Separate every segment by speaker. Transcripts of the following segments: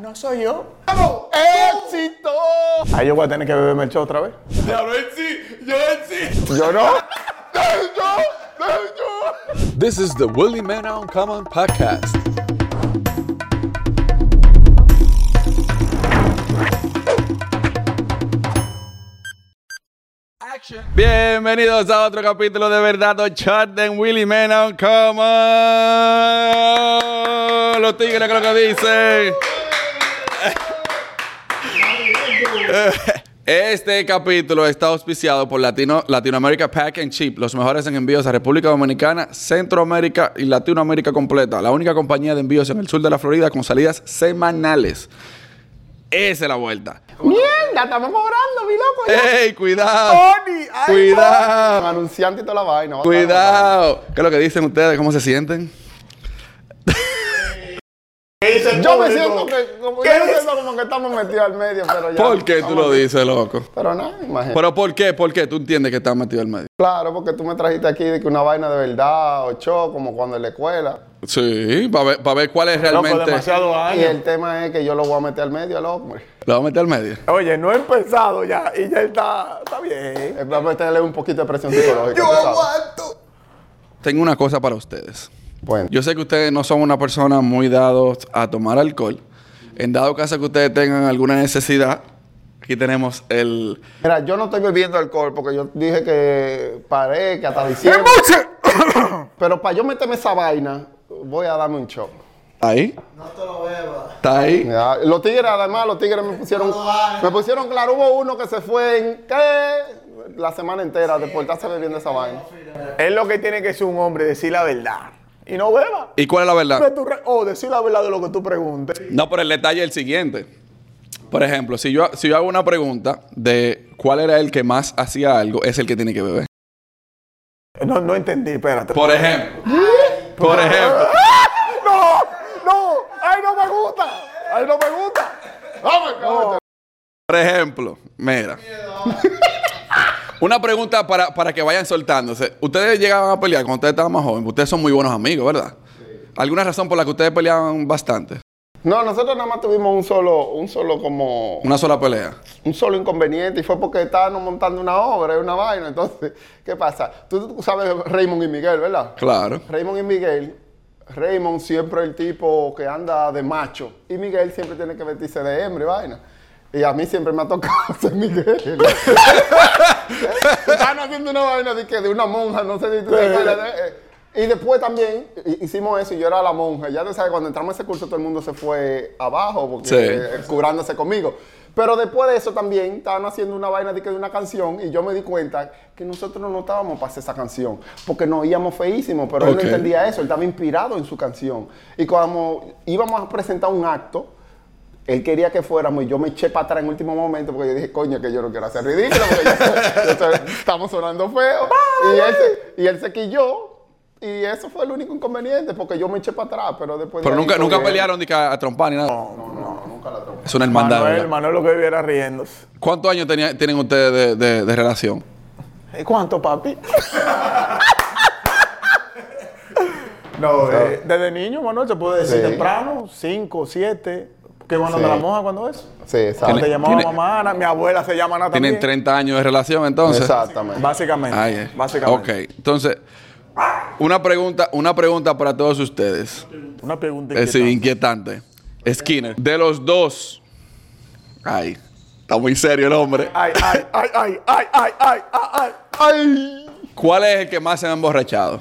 Speaker 1: no soy yo. ¡Vamos! ¡Éxito! Ahí yo voy a tener que beberme el show otra vez.
Speaker 2: Diablo, él sí, yo él sí.
Speaker 1: Yo no. No, yo, no, yo.
Speaker 2: This is the Willy Man Uncommon podcast. Bienvenidos a otro capítulo de Verdad o Chat de Willy Man Uncommon. Los tigres creo que dicen. Este capítulo está auspiciado por Latino, Latinoamérica Pack and Chip, los mejores en envíos a República Dominicana, Centroamérica y Latinoamérica completa. La única compañía de envíos en el sur de la Florida con salidas semanales. Esa es la vuelta.
Speaker 1: ¡Mierda! Estamos cobrando, mi loco. ya.
Speaker 2: ¡Ey, cuidado!
Speaker 1: Tony, ay,
Speaker 2: Cuidado.
Speaker 1: Tony. Anunciante y toda la vaina. va a
Speaker 3: Pues,
Speaker 1: estar-
Speaker 2: ¡Cuidado! ¿Qué es lo que dicen ustedes? ¿Cómo se sienten?
Speaker 1: Yo me siento que, como, yo me siento como que estamos metidos al medio, pero ya.
Speaker 2: ¿Por qué tú lo dices, loco?
Speaker 1: Pero nada, imagínate.
Speaker 2: ¿Pero por qué? ¿Por qué? ¿Tú entiendes que estás metido al medio?
Speaker 1: Claro, porque tú me trajiste aquí de que una vaina de verdad, o show, como cuando en la escuela.
Speaker 2: Sí, para ver, pa' ver cuál es realmente...
Speaker 1: Y el tema es que yo lo voy a meter al medio al hombre.
Speaker 2: ¿Lo vamos a meter al medio?
Speaker 3: Oye, no he empezado ya y ya está, está bien.
Speaker 1: Es para Eh, meterle un poquito de presión psicológica. tú sabes.
Speaker 3: aguanto.
Speaker 2: Tengo una cosa para ustedes.
Speaker 1: Bueno,
Speaker 2: Yo sé que ustedes no son una persona muy dados a tomar alcohol. En dado caso que ustedes tengan alguna necesidad, aquí tenemos el...
Speaker 1: mira, yo no estoy bebiendo alcohol porque yo dije que paré, que hasta diciembre. Pero para yo meterme esa vaina, voy a darme un show.
Speaker 2: ¿Ahí? No te lo bebas. ¿Está ahí?
Speaker 1: Ya, Ah, Los tigres, además, los tigres me pusieron, me pusieron claro. Hubo uno que se fue en ¿qué? la semana entera de por estarse bebiendo esa vaina.
Speaker 3: Es lo que tiene que ser un hombre, decir la verdad. Y no beba.
Speaker 2: ¿Y cuál es la verdad?
Speaker 3: De tu re- O decir la verdad de lo que tú preguntes.
Speaker 2: No, pero el detalle es el siguiente. Por ejemplo, si yo, si yo hago una pregunta de cuál era el que más hacía algo, es el que tiene que beber.
Speaker 3: No, no entendí, espérate.
Speaker 2: Por ejemplo. Por ejemplo.
Speaker 3: ¡No! ¡No! ¡Ay, no me gusta! ¡Ay, no me gusta!
Speaker 1: ¡Vamos, cabrón!
Speaker 2: Por ejemplo. Mira. Una pregunta para, para que vayan soltándose. Ustedes llegaban a pelear cuando ustedes estaban más jóvenes. Ustedes son muy buenos amigos, ¿verdad? ¿Alguna razón por la que ustedes peleaban bastante?
Speaker 1: No, nosotros nada más tuvimos un solo, un solo como,
Speaker 2: Una sola pelea.
Speaker 1: un solo inconveniente y fue porque estábamos montando una obra, una vaina. Entonces, ¿qué pasa? Tú, tú sabes Raymond y Miguel, ¿verdad?
Speaker 2: Claro.
Speaker 1: Raymond y Miguel, Raymond siempre el tipo que anda de macho y Miguel siempre tiene que vestirse de hembra y vaina. Y a mí siempre me ha tocado ser Miguel. Estaban haciendo una vaina de, que de una monja, no sé si tú te acuerdas. de- eh, Y después también hi- hicimos eso y yo era la monja. Ya tú sabes, cuando entramos a ese curso todo el mundo se fue abajo porque
Speaker 2: Sí.
Speaker 1: eh, cubrándose conmigo. Pero después de eso también estaban haciendo una vaina de, que de una canción y yo me di cuenta que nosotros no estábamos para hacer esa canción porque nos íbamos feísimos, pero él
Speaker 2: Ok.
Speaker 1: no entendía eso, él estaba inspirado en su canción. Y cuando íbamos a presentar un acto, él quería que fuéramos y yo me eché para atrás en último momento porque yo dije, coño, que yo no quiero hacer ridículo porque yo- yo estoy- estamos sonando feo. Y él, se, y él se quilló y eso fue el único inconveniente porque yo me eché para atrás, pero después... de
Speaker 2: Pero
Speaker 1: ahí
Speaker 2: nunca,
Speaker 1: todo
Speaker 2: nunca
Speaker 1: bien.
Speaker 2: pelearon ni que a, a trompar ni nada.
Speaker 1: No, nunca la tomé.
Speaker 2: Es una hermandad.
Speaker 3: Manuel,
Speaker 2: ¿verdad?
Speaker 3: Manuel lo que viviera riéndose.
Speaker 2: ¿Cuántos años tenía- tienen ustedes de- de- de relación?
Speaker 3: ¿Y cuánto, papi? no, eh, desde niño, Manuel, se puede decir
Speaker 1: Sí.
Speaker 3: temprano, 5, 7. Que bueno,
Speaker 1: Sí.
Speaker 3: de la monja, ¿cuándo es?
Speaker 1: Sí,
Speaker 3: Cuando
Speaker 1: exacto.
Speaker 3: te
Speaker 2: Tiene-
Speaker 3: llamaba
Speaker 2: tiene-
Speaker 3: mamá Ana, mi abuela se llama Ana
Speaker 2: Tienen
Speaker 3: también.
Speaker 2: 30 años de relación, entonces.
Speaker 1: Exactamente.
Speaker 3: Básicamente.
Speaker 2: Ahí es.
Speaker 3: Básicamente.
Speaker 2: Ok, entonces, una pregunta, una pregunta para todos ustedes.
Speaker 3: Una pregunta
Speaker 2: Es
Speaker 3: inquietante.
Speaker 2: inquietante. Skinner. De los dos. Ay, está muy serio el hombre.
Speaker 3: Ay, ay, ay, ay, ay, ay, ay, ay, ay, ay.
Speaker 2: ¿Cuál es el que más se ha emborrachado?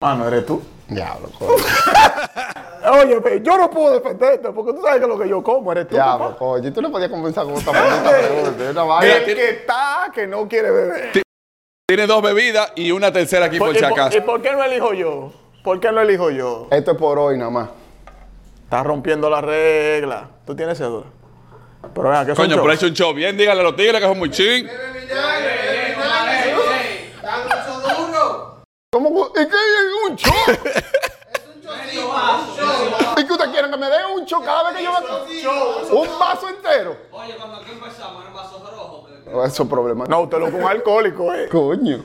Speaker 3: Mano, eres tú.
Speaker 1: Diablo, coño.
Speaker 3: Oye, pe, yo no puedo defenderte porque tú sabes que lo que yo como eres tú.
Speaker 1: Diablo, coño. Y tú no podías conversar con esta bonita pregunta. es una vaina.
Speaker 3: El que está, que no quiere beber.
Speaker 2: Tiene dos bebidas y una tercera aquí por
Speaker 3: ¿Y
Speaker 2: si acaso.
Speaker 3: ¿Y por qué no elijo yo? ¿Por qué no elijo yo?
Speaker 1: Esto es por hoy nada más.
Speaker 3: Estás rompiendo la regla. Tú tienes cédula. Pero venga, ¿qué son
Speaker 2: Coño, pero es un show. Bien, díganle a los tigres que son muy ching.
Speaker 1: ¿Cómo? que- ¿Y qué es un show? ¿Y que ustedes quieren que me den un show cada vez que yo me... ¿Un vaso entero?
Speaker 4: Oye, cuando aquí empezamos eran vasos rojos. pero-
Speaker 1: Eso es problema.
Speaker 3: No, usted lo que es un alcohólico, eh.
Speaker 1: Coño.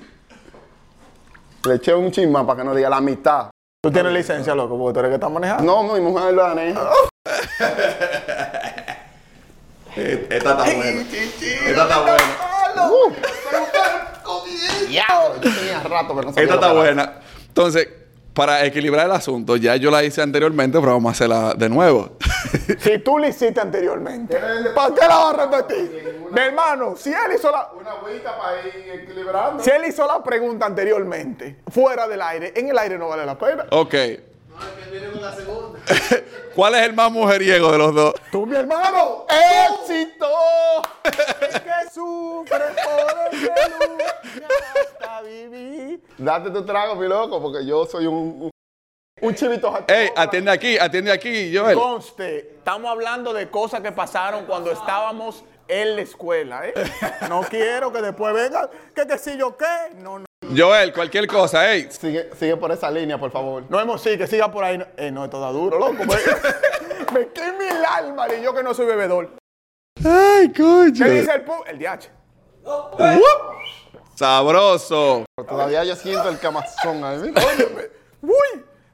Speaker 1: Le eché un chisma para que no diga la mitad.
Speaker 3: Tú tienes licencia, loco, porque tú eres el que está manejando.
Speaker 1: No, mi mujer lo gané.
Speaker 5: Eh, Esta está buena. Esta está buena.
Speaker 1: Uh. Ya, yo tenía rato que no sabía
Speaker 2: Esta
Speaker 1: lo
Speaker 2: está
Speaker 1: que era.
Speaker 2: buena. Entonces, para equilibrar el asunto, ya yo la hice anteriormente, pero vamos a hacerla de nuevo.
Speaker 3: Si tú lo hiciste anteriormente, ¿para qué la vas a repetir? Mi hermano, si él hizo la.
Speaker 1: Una agüita para ir equilibrando.
Speaker 3: Si él hizo la pregunta anteriormente, fuera del aire, en el aire no vale la pena.
Speaker 2: ok. ¿Cuál es el más mujeriego de los dos?
Speaker 3: Tú, mi hermano, éxito. que sufre por el Perú, ya hasta vivir.
Speaker 1: Date tu trago, mi loco, porque yo soy un, un, un chivito jactón.
Speaker 2: Ey, atiende aquí, atiende aquí, Joel.
Speaker 3: Conste, estamos hablando de cosas que pasaron cuando estábamos en la escuela, ¿eh? No quiero que después vengan, que qué sé yo qué. No, no.
Speaker 2: Joel, cualquier cosa, ey.
Speaker 1: Sigue, sigue por esa línea, por favor.
Speaker 3: No hemos, sí, que siga por ahí. Eh, no, esto da duro, loco. pues. Me, me queme el alma y yo que no soy bebedor.
Speaker 2: Ay, coño.
Speaker 3: ¿Qué dice el pu? El DH.
Speaker 2: Sabroso.
Speaker 1: Todavía yo siento el camazón ahí, mira.
Speaker 3: Uy,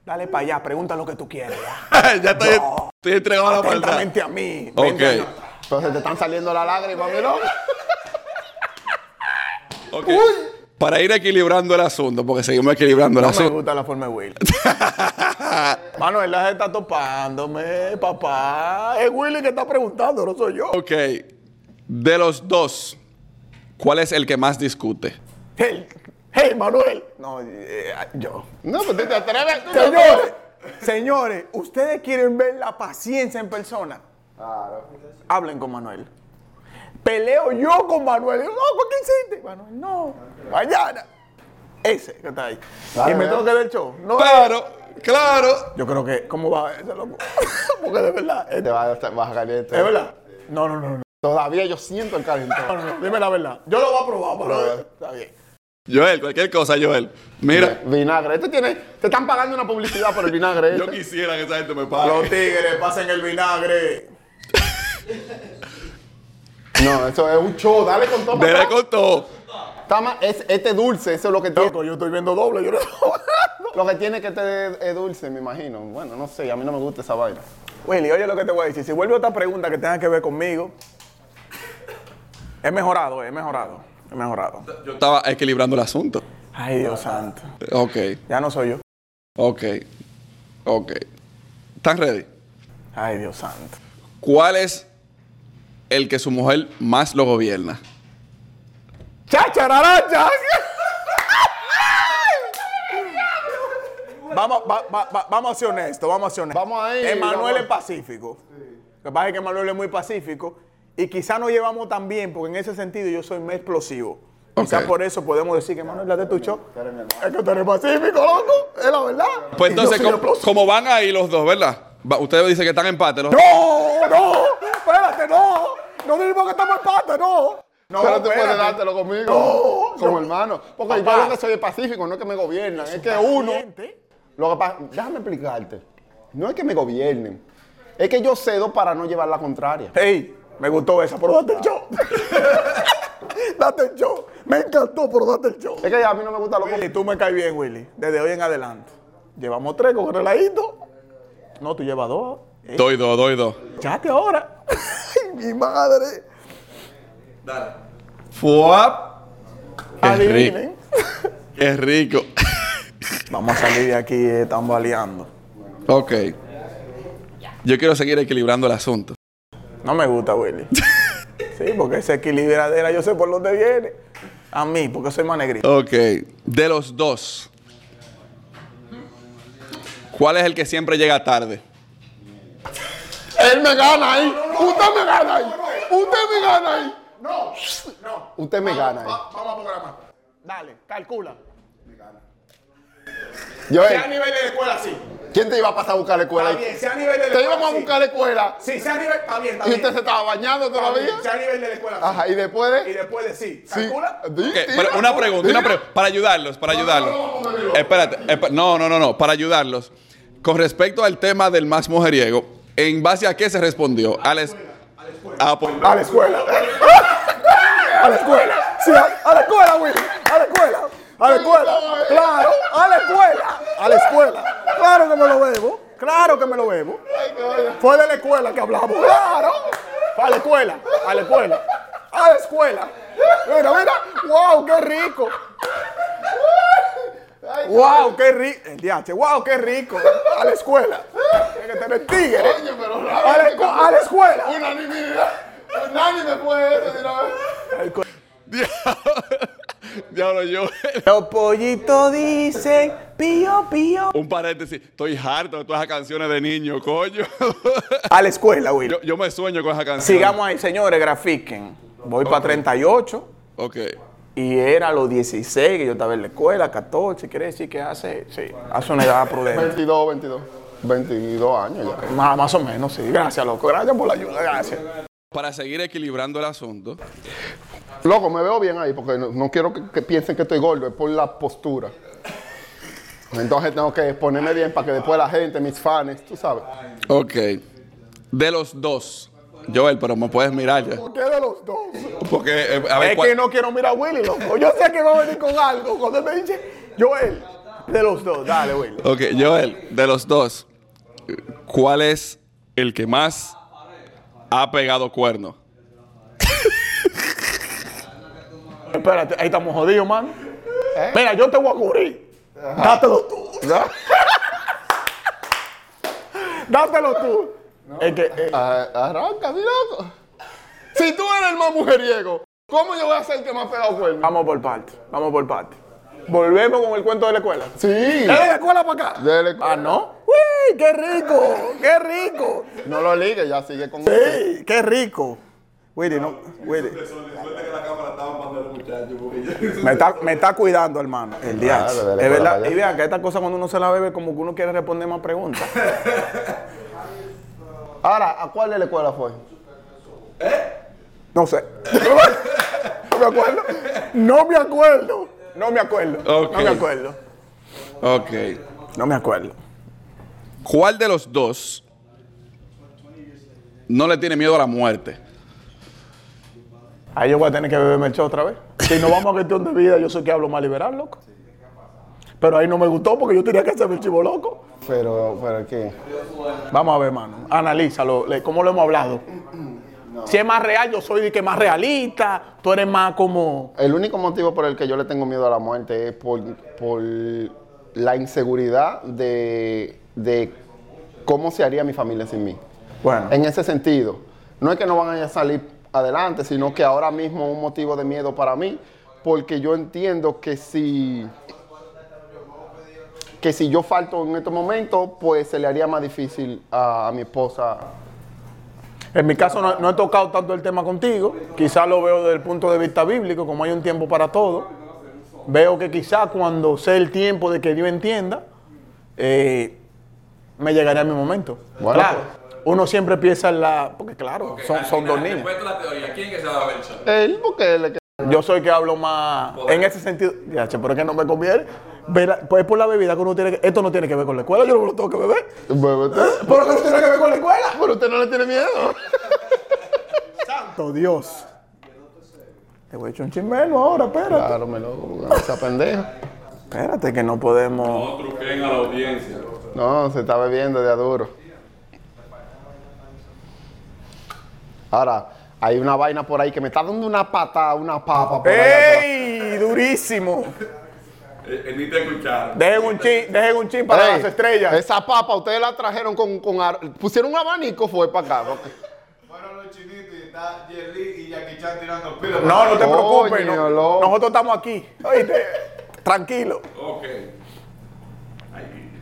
Speaker 3: dale para allá, pregunta lo que tú quieres. ya.
Speaker 2: ya estoy, estoy entregado a la maldad.
Speaker 3: Atentamente a mí.
Speaker 2: Ok.
Speaker 3: Vente a-
Speaker 1: Entonces te están saliendo las lágrimas, mi loco.
Speaker 2: ok. Para ir equilibrando el asunto, porque seguimos equilibrando el
Speaker 3: No me
Speaker 2: asunto.
Speaker 3: gusta la forma de Willy. Manuel, la gente está topándome, papá. Es Willy que está preguntando, no soy yo.
Speaker 2: Ok. De los dos, ¿cuál es el que más discute?
Speaker 3: Hey, hey, Manuel. No, eh, yo.
Speaker 1: No, pues tú te atreves. tú te
Speaker 3: Señores, señores, ¿ustedes quieren ver la paciencia en persona? Claro. Hablen con Manuel. Peleo yo con Manuel. Digo, no, ¿por qué hiciste? Manuel, no. Mañana. Ese que está ahí.
Speaker 1: Claro,
Speaker 3: y me
Speaker 1: claro.
Speaker 3: tengo que ver el show. No,
Speaker 2: Claro, claro.
Speaker 3: Yo creo que, ¿cómo va ese loco? Porque de verdad, es,
Speaker 1: Te vas a estar- vas a caliente.
Speaker 3: es verdad. No, no, no, no,
Speaker 1: Todavía yo siento el calentón.
Speaker 3: no, no, Dime la verdad. Yo lo voy a probar, pero está bien.
Speaker 2: Joel, cualquier cosa, Joel. Mira,
Speaker 1: Vinagre. Este tiene, te están pagando una publicidad por el vinagre.
Speaker 2: yo
Speaker 1: este.
Speaker 2: quisiera que esa gente me pague.
Speaker 3: tigres pasen el vinagre.
Speaker 1: No, eso es un show. Dale con todo.
Speaker 2: Me
Speaker 1: papá.
Speaker 2: la contó.
Speaker 1: Está más- es, este dulce, eso es lo que tiene.
Speaker 3: Loco, yo estoy viendo doble. Yo no
Speaker 1: Lo que tiene que este es dulce, me imagino. Bueno, no sé, a mí no me gusta esa vaina.
Speaker 3: Willy, oye lo que te voy a decir. Si vuelve otra pregunta que tenga que ver conmigo, he mejorado, he mejorado, he mejorado.
Speaker 2: Yo estaba equilibrando el asunto.
Speaker 3: Ay, Dios santo.
Speaker 2: Ok,
Speaker 3: Ya no soy yo.
Speaker 2: ok, ok. ¿Están ready?
Speaker 3: Ay, Dios santo.
Speaker 2: ¿Cuál es el que su mujer más lo gobierna?
Speaker 3: ¡Chachararacha! vamos, va- va- va- vamos a ser honestos, vamos a ser honestos.
Speaker 1: Vamos ahí,
Speaker 3: Emanuel
Speaker 1: vamos.
Speaker 3: es pacífico. Lo que pasa es que Emanuel es muy pacífico. Y quizá nos llevamos tan bien, porque en ese sentido yo soy más explosivo. Quizás
Speaker 2: Ok.
Speaker 3: por eso podemos decir que Emanuel la de tu show. Es que tú eres pacífico, loco. Es la verdad.
Speaker 2: Pues
Speaker 3: Y yo
Speaker 2: entonces,
Speaker 3: soy
Speaker 2: como,
Speaker 3: explosivo.
Speaker 2: como van ahí los dos, ¿verdad? Va- Ustedes dicen que están en empate, ¿no?
Speaker 3: ¡No! ¡No! ¡Espérate, no! No digo que estamos en pata, no. No,
Speaker 1: Pero tú puedes
Speaker 3: espérate.
Speaker 1: dártelo conmigo.
Speaker 3: No,
Speaker 1: como
Speaker 3: no.
Speaker 1: hermano. Porque
Speaker 3: Papá.
Speaker 1: yo lo que soy es pacífico, no es que me gobiernan. Es que uno.
Speaker 3: Gente.
Speaker 1: Lo que pasa. Déjame explicarte. No es que me gobiernen. Es que yo cedo para no llevar la contraria.
Speaker 3: Hey, me gustó esa, pero date el show. date el show. Me encantó, pero date el show.
Speaker 1: Es que a mí no me gusta lo que.
Speaker 3: Willy, tú me caes bien, Willy. Desde hoy en adelante. Llevamos tres con relajito. No, tú llevas dos. Eh,
Speaker 2: Doy dos, doy dos.
Speaker 3: Chate ahora. Ay, mi madre.
Speaker 2: ¡Fuap! Qué rico.
Speaker 3: Adivinen.
Speaker 2: Qué rico.
Speaker 3: Vamos a salir de aquí eh, tambaleando.
Speaker 2: ok. Yo quiero seguir equilibrando el asunto.
Speaker 3: No me gusta, Willy. sí, porque esa equilibradera yo sé por dónde viene. A mí, porque soy más negrito.
Speaker 2: Ok. De los dos, ¿cuál es el que siempre llega tarde?
Speaker 1: Él me gana ahí. Usted me gana ahí. Usted me gana ahí.
Speaker 3: No, no. Ah,
Speaker 1: Usted me gana ahí.
Speaker 3: vamos a programar. Dale, calcula. Sea a
Speaker 1: Joel,
Speaker 3: nivel de escuela, sí.
Speaker 1: eh, ¿quién te iba a pasar a buscar la escuela?
Speaker 3: Está
Speaker 1: ahí?
Speaker 3: bien, sea a nivel de
Speaker 1: Te
Speaker 3: escuela,
Speaker 1: íbamos a
Speaker 3: sí.
Speaker 1: buscar la escuela.
Speaker 3: Sí, sea a nivel, está bien, está
Speaker 1: Y
Speaker 3: bien.
Speaker 1: usted se estaba bañando
Speaker 3: Está bien,
Speaker 1: todavía.
Speaker 3: Sea a nivel de la escuela, sí.
Speaker 1: Ajá, y después de.
Speaker 3: Y después de sí.
Speaker 1: Sí.
Speaker 3: ¿Calcula?
Speaker 1: Di-
Speaker 2: Ok,
Speaker 1: di-
Speaker 2: pero una pregunta, una
Speaker 1: di-
Speaker 2: pregunta. Para ayudarlos, para ayudarlos.
Speaker 1: no, no, no,
Speaker 2: Espérate, esp- no, no, no, no. Para ayudarlos. Con respecto al tema del más mujeriego, ¿en base a qué se respondió? A la es- Ah, pues-
Speaker 3: A la escuela. a la escuela. Sí, a, a la escuela, Willy. A la escuela. A la escuela. Claro, a la escuela. A la escuela. Claro que me lo bebo. Claro que me lo bebo. Fue de la escuela que hablamos. Claro. Fue a la escuela. A la escuela. A la escuela. Mira, mira. Wow, qué rico. Wow, qué rico. El DH. Wow, qué rico. A la escuela. Tiene que tener tigre.
Speaker 1: Coño, pero
Speaker 3: A la, escu- a la escuela.
Speaker 1: Unanimidad. Unánime fue eso de una vez.
Speaker 2: Diablo, yo.
Speaker 3: Los pollitos dicen pío, pío.
Speaker 2: Un paréntesis. Estoy harto de todas esas canciones de niño, coño.
Speaker 3: A la escuela, Will.
Speaker 2: yo, yo me sueño con esas canciones.
Speaker 3: Sigamos ahí, señores, grafiquen. Voy para 38
Speaker 2: Ok.
Speaker 3: y era a los 16 que yo estaba en la escuela, 14, quiere decir que hace, sí, hace una edad prudente.
Speaker 1: 22, 22. 22 años ya.
Speaker 3: más, más o menos, sí. Gracias, loco. Gracias por la ayuda, gracias.
Speaker 2: Para seguir equilibrando el asunto.
Speaker 1: Loco, me veo bien ahí porque no, no quiero que, que piensen que estoy gordo, es por la postura. Entonces tengo que ponerme bien para que después la gente, mis fans, tú sabes.
Speaker 2: Ok. De los dos. Joel, pero me puedes mirar ya.
Speaker 3: ¿Por qué de los dos?
Speaker 2: Porque, eh, a ver,
Speaker 3: es
Speaker 2: cuál-
Speaker 3: que no quiero mirar a Willy, loco. Yo sé que va a venir con algo. Cuando él me dice, Joel, de los dos, dale, Willy.
Speaker 2: Ok, Joel, de los dos, ¿cuál es el que más ha pegado cuerno?
Speaker 3: Espérate, ahí estamos jodidos, mano.
Speaker 1: ¿Eh?
Speaker 3: Mira, yo te voy a cubrir. Dátelo tú. Dátelo tú. Es que, eh,
Speaker 1: A- Ah, arranca, mi loco. Si tú eres el más mujeriego, ¿cómo yo voy a ser el que más pegado cuerno?
Speaker 3: Vamos por parte, vamos por parte. Volvemos con el cuento de la escuela.
Speaker 1: Sí.
Speaker 3: ¿Es de la escuela para acá?
Speaker 1: De la escuela.
Speaker 3: Ah, ¿no? ¡Uy, qué rico! ¡Qué rico!
Speaker 1: No lo ligues, ya sigue con
Speaker 3: ¡Sí, qué rico! Willy, no, Willy. Me está, me está cuidando, hermano. El día.
Speaker 1: Claro, de la
Speaker 3: es
Speaker 1: escuela para
Speaker 3: verdad.
Speaker 1: allá.
Speaker 3: Y vean que esta cosa cuando uno se la bebe, como que uno quiere responder más preguntas.
Speaker 1: Ahora, ¿a cuál de la escuela fue?
Speaker 3: No sé. No me acuerdo. No me acuerdo. No me acuerdo.
Speaker 2: Ok.
Speaker 3: No me acuerdo.
Speaker 2: Ok.
Speaker 3: No me acuerdo.
Speaker 2: ¿Cuál de los dos no le tiene miedo a la muerte?
Speaker 3: Ahí yo voy a tener que beberme el show otra vez. Si no vamos a cuestión de vida, yo soy que hablo más liberal, loco. Pero ahí no me gustó porque yo tenía que hacerme el chivo loco.
Speaker 1: Pero, pero ¿qué?
Speaker 3: Vamos a ver, hermano. Analízalo. le- ¿Cómo lo hemos hablado? Si es más real, yo soy de que más realista. Tú eres más como.
Speaker 1: El único motivo por el que yo le tengo miedo a la muerte es por, por la inseguridad de, de cómo se haría mi familia sin mí.
Speaker 3: Bueno.
Speaker 1: En ese sentido, no es que no van a salir adelante, sino que ahora mismo es un motivo de miedo para mí, porque yo entiendo que si, que si yo falto en estos momentos, pues se le haría más difícil a, a mi esposa.
Speaker 3: En mi caso no, no he tocado tanto el tema contigo, quizás lo veo desde el punto de vista bíblico, como hay un tiempo para todo. Veo que quizás cuando sea el tiempo de que Dios entienda, eh, me llegaría mi momento.
Speaker 1: Bueno,
Speaker 3: claro, uno siempre piensa en la... Porque claro, son, son dos niños.
Speaker 4: Después de la teoría, ¿quién que se va a ver el show?
Speaker 1: Él, porque él es que-
Speaker 3: Yo soy que hablo más... En ese sentido, ya, che, pero es que no me conviene. Verá, Pues es por la bebida que uno tiene que... Esto no tiene que ver con la escuela, yo no me lo tengo que beber.
Speaker 1: Pero
Speaker 3: Pero no tiene que ver con la escuela.
Speaker 1: usted no le tiene miedo.
Speaker 3: Santo Dios. Te voy a echar un chismelo ahora, espérate.
Speaker 1: Claro, me lo esa pendeja.
Speaker 3: Espérate que no podemos.
Speaker 4: No truquen a la audiencia.
Speaker 1: No, se está bebiendo de a duro. Ahora, hay una vaina por ahí que me está dando una pata, una papa por ahí atrás.
Speaker 3: ¡Ey! Durísimo.
Speaker 4: ni te escucharon.
Speaker 3: Dejen un chin, dejen un chin para
Speaker 1: Ey,
Speaker 3: las estrellas.
Speaker 1: Esa papa ustedes la trajeron con, con ar- pusieron un abanico fue para acá. porque-
Speaker 5: Fueron los chinitos y está Jerry y Jackie Chan tirando piedras.
Speaker 3: No, no te
Speaker 1: Coño,
Speaker 3: preocupes. no.
Speaker 1: loco.
Speaker 3: Nosotros estamos aquí. Oíste. Tranquilo.
Speaker 4: Ok.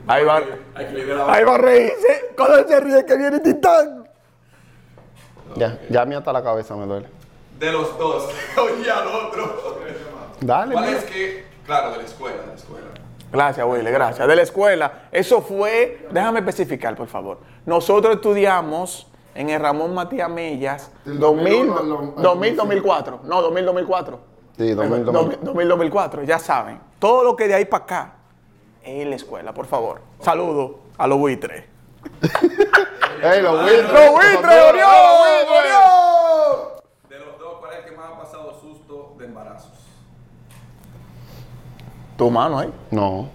Speaker 3: Ahí va.
Speaker 4: Hay que liderar
Speaker 3: Ahí va a reírse. Cuando él se ríe que viene Titán.
Speaker 1: Ya, ya a mí hasta la cabeza me duele.
Speaker 4: De los dos. Oye al otro.
Speaker 1: Dale.
Speaker 4: ¿Cuál
Speaker 1: mira.
Speaker 4: es que? Claro, de la escuela, de la escuela.
Speaker 3: Gracias, Willy, gracias. De la escuela. Eso fue. Déjame especificar, por favor. Nosotros estudiamos en el Ramón Matías Mellas. 2000,
Speaker 1: 2001 al- al-
Speaker 3: 2000, 2004. No, 2000, 2004.
Speaker 1: Sí,
Speaker 3: Bueno,
Speaker 1: 2000, 2000.
Speaker 3: 2000, 2004, ya saben. Todo lo que de ahí para acá es la escuela, por favor. Saludo a los buitres.
Speaker 1: Ey, los buitres.
Speaker 3: ¡Los buitres,
Speaker 1: Los
Speaker 3: Orión!
Speaker 1: buitres.
Speaker 3: Orión!
Speaker 4: De los dos, ¿cuál es el que más ha pasado susto de embarazos?
Speaker 3: Tu mano ahí.
Speaker 1: No.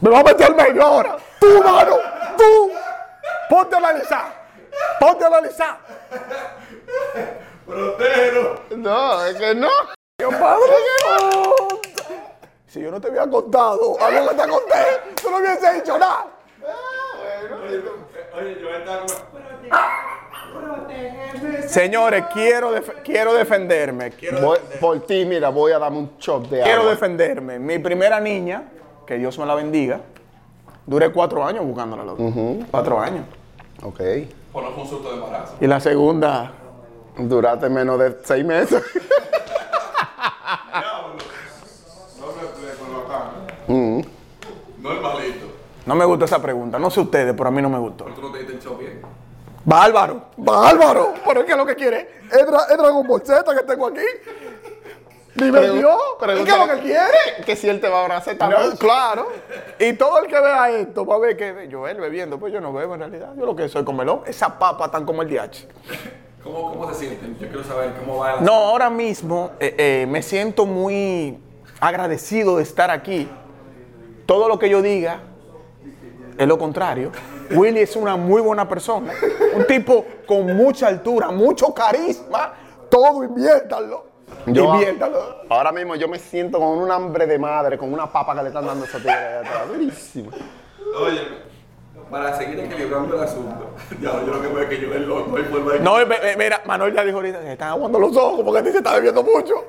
Speaker 3: Me vas a meter al medio ahora. Tu mano. Tú. analizar. Ponte a analizar.
Speaker 5: Protégelo.
Speaker 1: No, es que no.
Speaker 3: Yo, padre santo. Si yo no te había contado algo que te conté, tú no hubiese hecho nada.
Speaker 5: Oye, yo estaba como.
Speaker 3: Señores, quiero, def- quiero defenderme. Quiero,
Speaker 1: Voy- por ti, mira, voy a darme un chop de
Speaker 3: quiero
Speaker 1: agua.
Speaker 3: defenderme. Mi primera niña, que Dios me la bendiga, duré cuatro años buscándola. loco. Cuatro años.
Speaker 1: ok.
Speaker 4: O no fue un susto de embarazo.
Speaker 3: Y la segunda,
Speaker 1: Durante menos de seis meses.
Speaker 5: No me play con los campos.
Speaker 4: Normalito.
Speaker 3: no me gustó esa pregunta. No sé ustedes, pero a mí no me gustó.
Speaker 4: Pero tú no te diste el show bien.
Speaker 3: Bárbaro, bárbaro. Pero es que lo que quiere es, dra- es Dragon Ball Z que tengo aquí. Dime
Speaker 1: Pregu-
Speaker 3: yo, ¿y qué es lo
Speaker 1: pregúntale-
Speaker 3: que quiere?
Speaker 1: Que si él te va a abrazar también.
Speaker 3: No, claro. Y todo el que vea esto va a ver que yo él bebiendo, pues yo no bebo en realidad. Yo lo que soy comelón, esas papas están como el DH.
Speaker 4: ¿Cómo, ¿Cómo se sienten? Yo quiero saber cómo va el
Speaker 3: No, ahora mismo eh, eh, me siento muy agradecido de estar aquí. Todo lo que yo diga es lo contrario. Willy es una muy buena persona, un tipo con mucha altura, mucho carisma. Todo inviértanlo.
Speaker 1: Yo-
Speaker 3: inviértanlo.
Speaker 1: Ahora mismo yo me siento con un hambre de madre, con una papa que le están dando a esa tigre de atrás. Durísimo.
Speaker 4: Oye, para seguir equilibrando el asunto. Ya, yo lo que veo es que yo el loco, no hay forma de.
Speaker 3: No, eh, eh, mira, Manuel ya dijo ahorita, se están aguando los ojos porque a ti se está bebiendo mucho.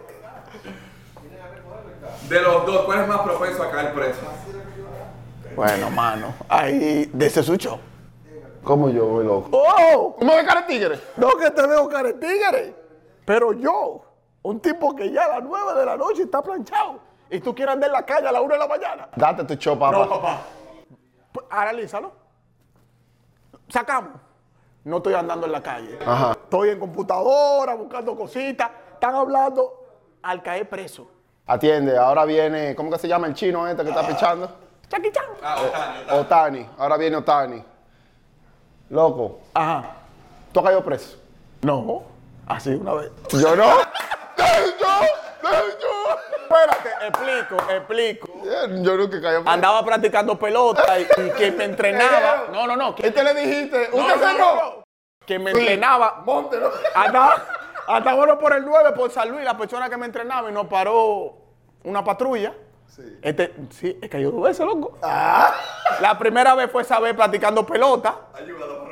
Speaker 4: De los dos, ¿cuál es más propenso a caer preso?
Speaker 3: Bueno, mano, ahí, de ese sucho.
Speaker 1: ¿Cómo yo voy loco?
Speaker 3: ¡Oh!
Speaker 1: ¿Cómo me cara de tigre?
Speaker 3: No que te veo cara de tigre, pero yo, un tipo que ya a las 9 de la noche está planchado y tú quieres andar en la calle a las 1 de la mañana.
Speaker 1: Date tu show, papá.
Speaker 3: papá. P- Analízalo. Sacamos. No estoy andando en la calle.
Speaker 1: Ajá.
Speaker 3: Estoy en computadora buscando cositas. Están hablando al caer preso.
Speaker 1: Atiende, ahora viene, ¿cómo que se llama el chino este que
Speaker 3: Ah,
Speaker 1: está pichando?
Speaker 3: Chaki chan.
Speaker 4: Ah, Otani, Otani.
Speaker 1: Otani, ahora viene Otani. Loco,
Speaker 3: Ajá.
Speaker 1: tú has caído preso.
Speaker 3: No. Así una vez.
Speaker 1: Yo no.
Speaker 3: Espérate, explico, explico.
Speaker 1: Yo nunca he caído preso.
Speaker 3: Andaba practicando pelota y, y que me entrenaba. No, no, no. Que
Speaker 1: ¿Qué te le dijiste?
Speaker 3: No,
Speaker 1: ¿Usted
Speaker 3: no,
Speaker 1: se
Speaker 3: no,
Speaker 1: no?
Speaker 3: no. Que me entrenaba.
Speaker 1: Póntelo.
Speaker 3: Andaba, andaba uno por el 9, por San Luis, la persona que me entrenaba y nos paró una patrulla. Sí. Este, sí, es que yo dos veces, loco. La primera vez fue esa vez platicando pelota.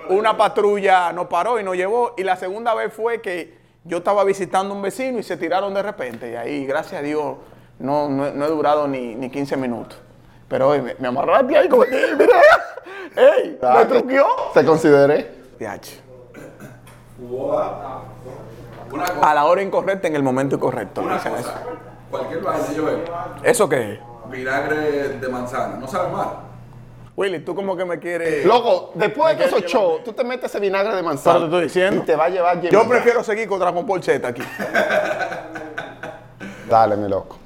Speaker 3: Una patrulla nos paró y nos llevó. Y la segunda vez fue que yo estaba visitando un vecino y se tiraron de repente. Y ahí, gracias a Dios, no, no, he- no he durado ni, ni 15 minutos. Pero oye, me, me amarraste ahí como, "Ey, mira, ¡ey! ¡Me truqueó!
Speaker 1: Te consideré.
Speaker 3: Diache.
Speaker 4: Una cosa.
Speaker 3: A la hora incorrecta, en el momento incorrecto.
Speaker 4: Una
Speaker 3: dicen
Speaker 4: cosa. Cualquier vaina yo veo.
Speaker 3: eso. ¿Eso qué es?
Speaker 4: Vinagre de manzana. No sabe mal.
Speaker 3: Willy, tú como que me quieres.
Speaker 1: Loco, después de que esos shows, tú te metes ese vinagre de manzana.
Speaker 3: Pero te estoy diciendo.
Speaker 1: Y te va a llevar Jimmy.
Speaker 3: Yo prefiero seguir con Dragon Ball Z aquí.
Speaker 1: Dale, mi loco.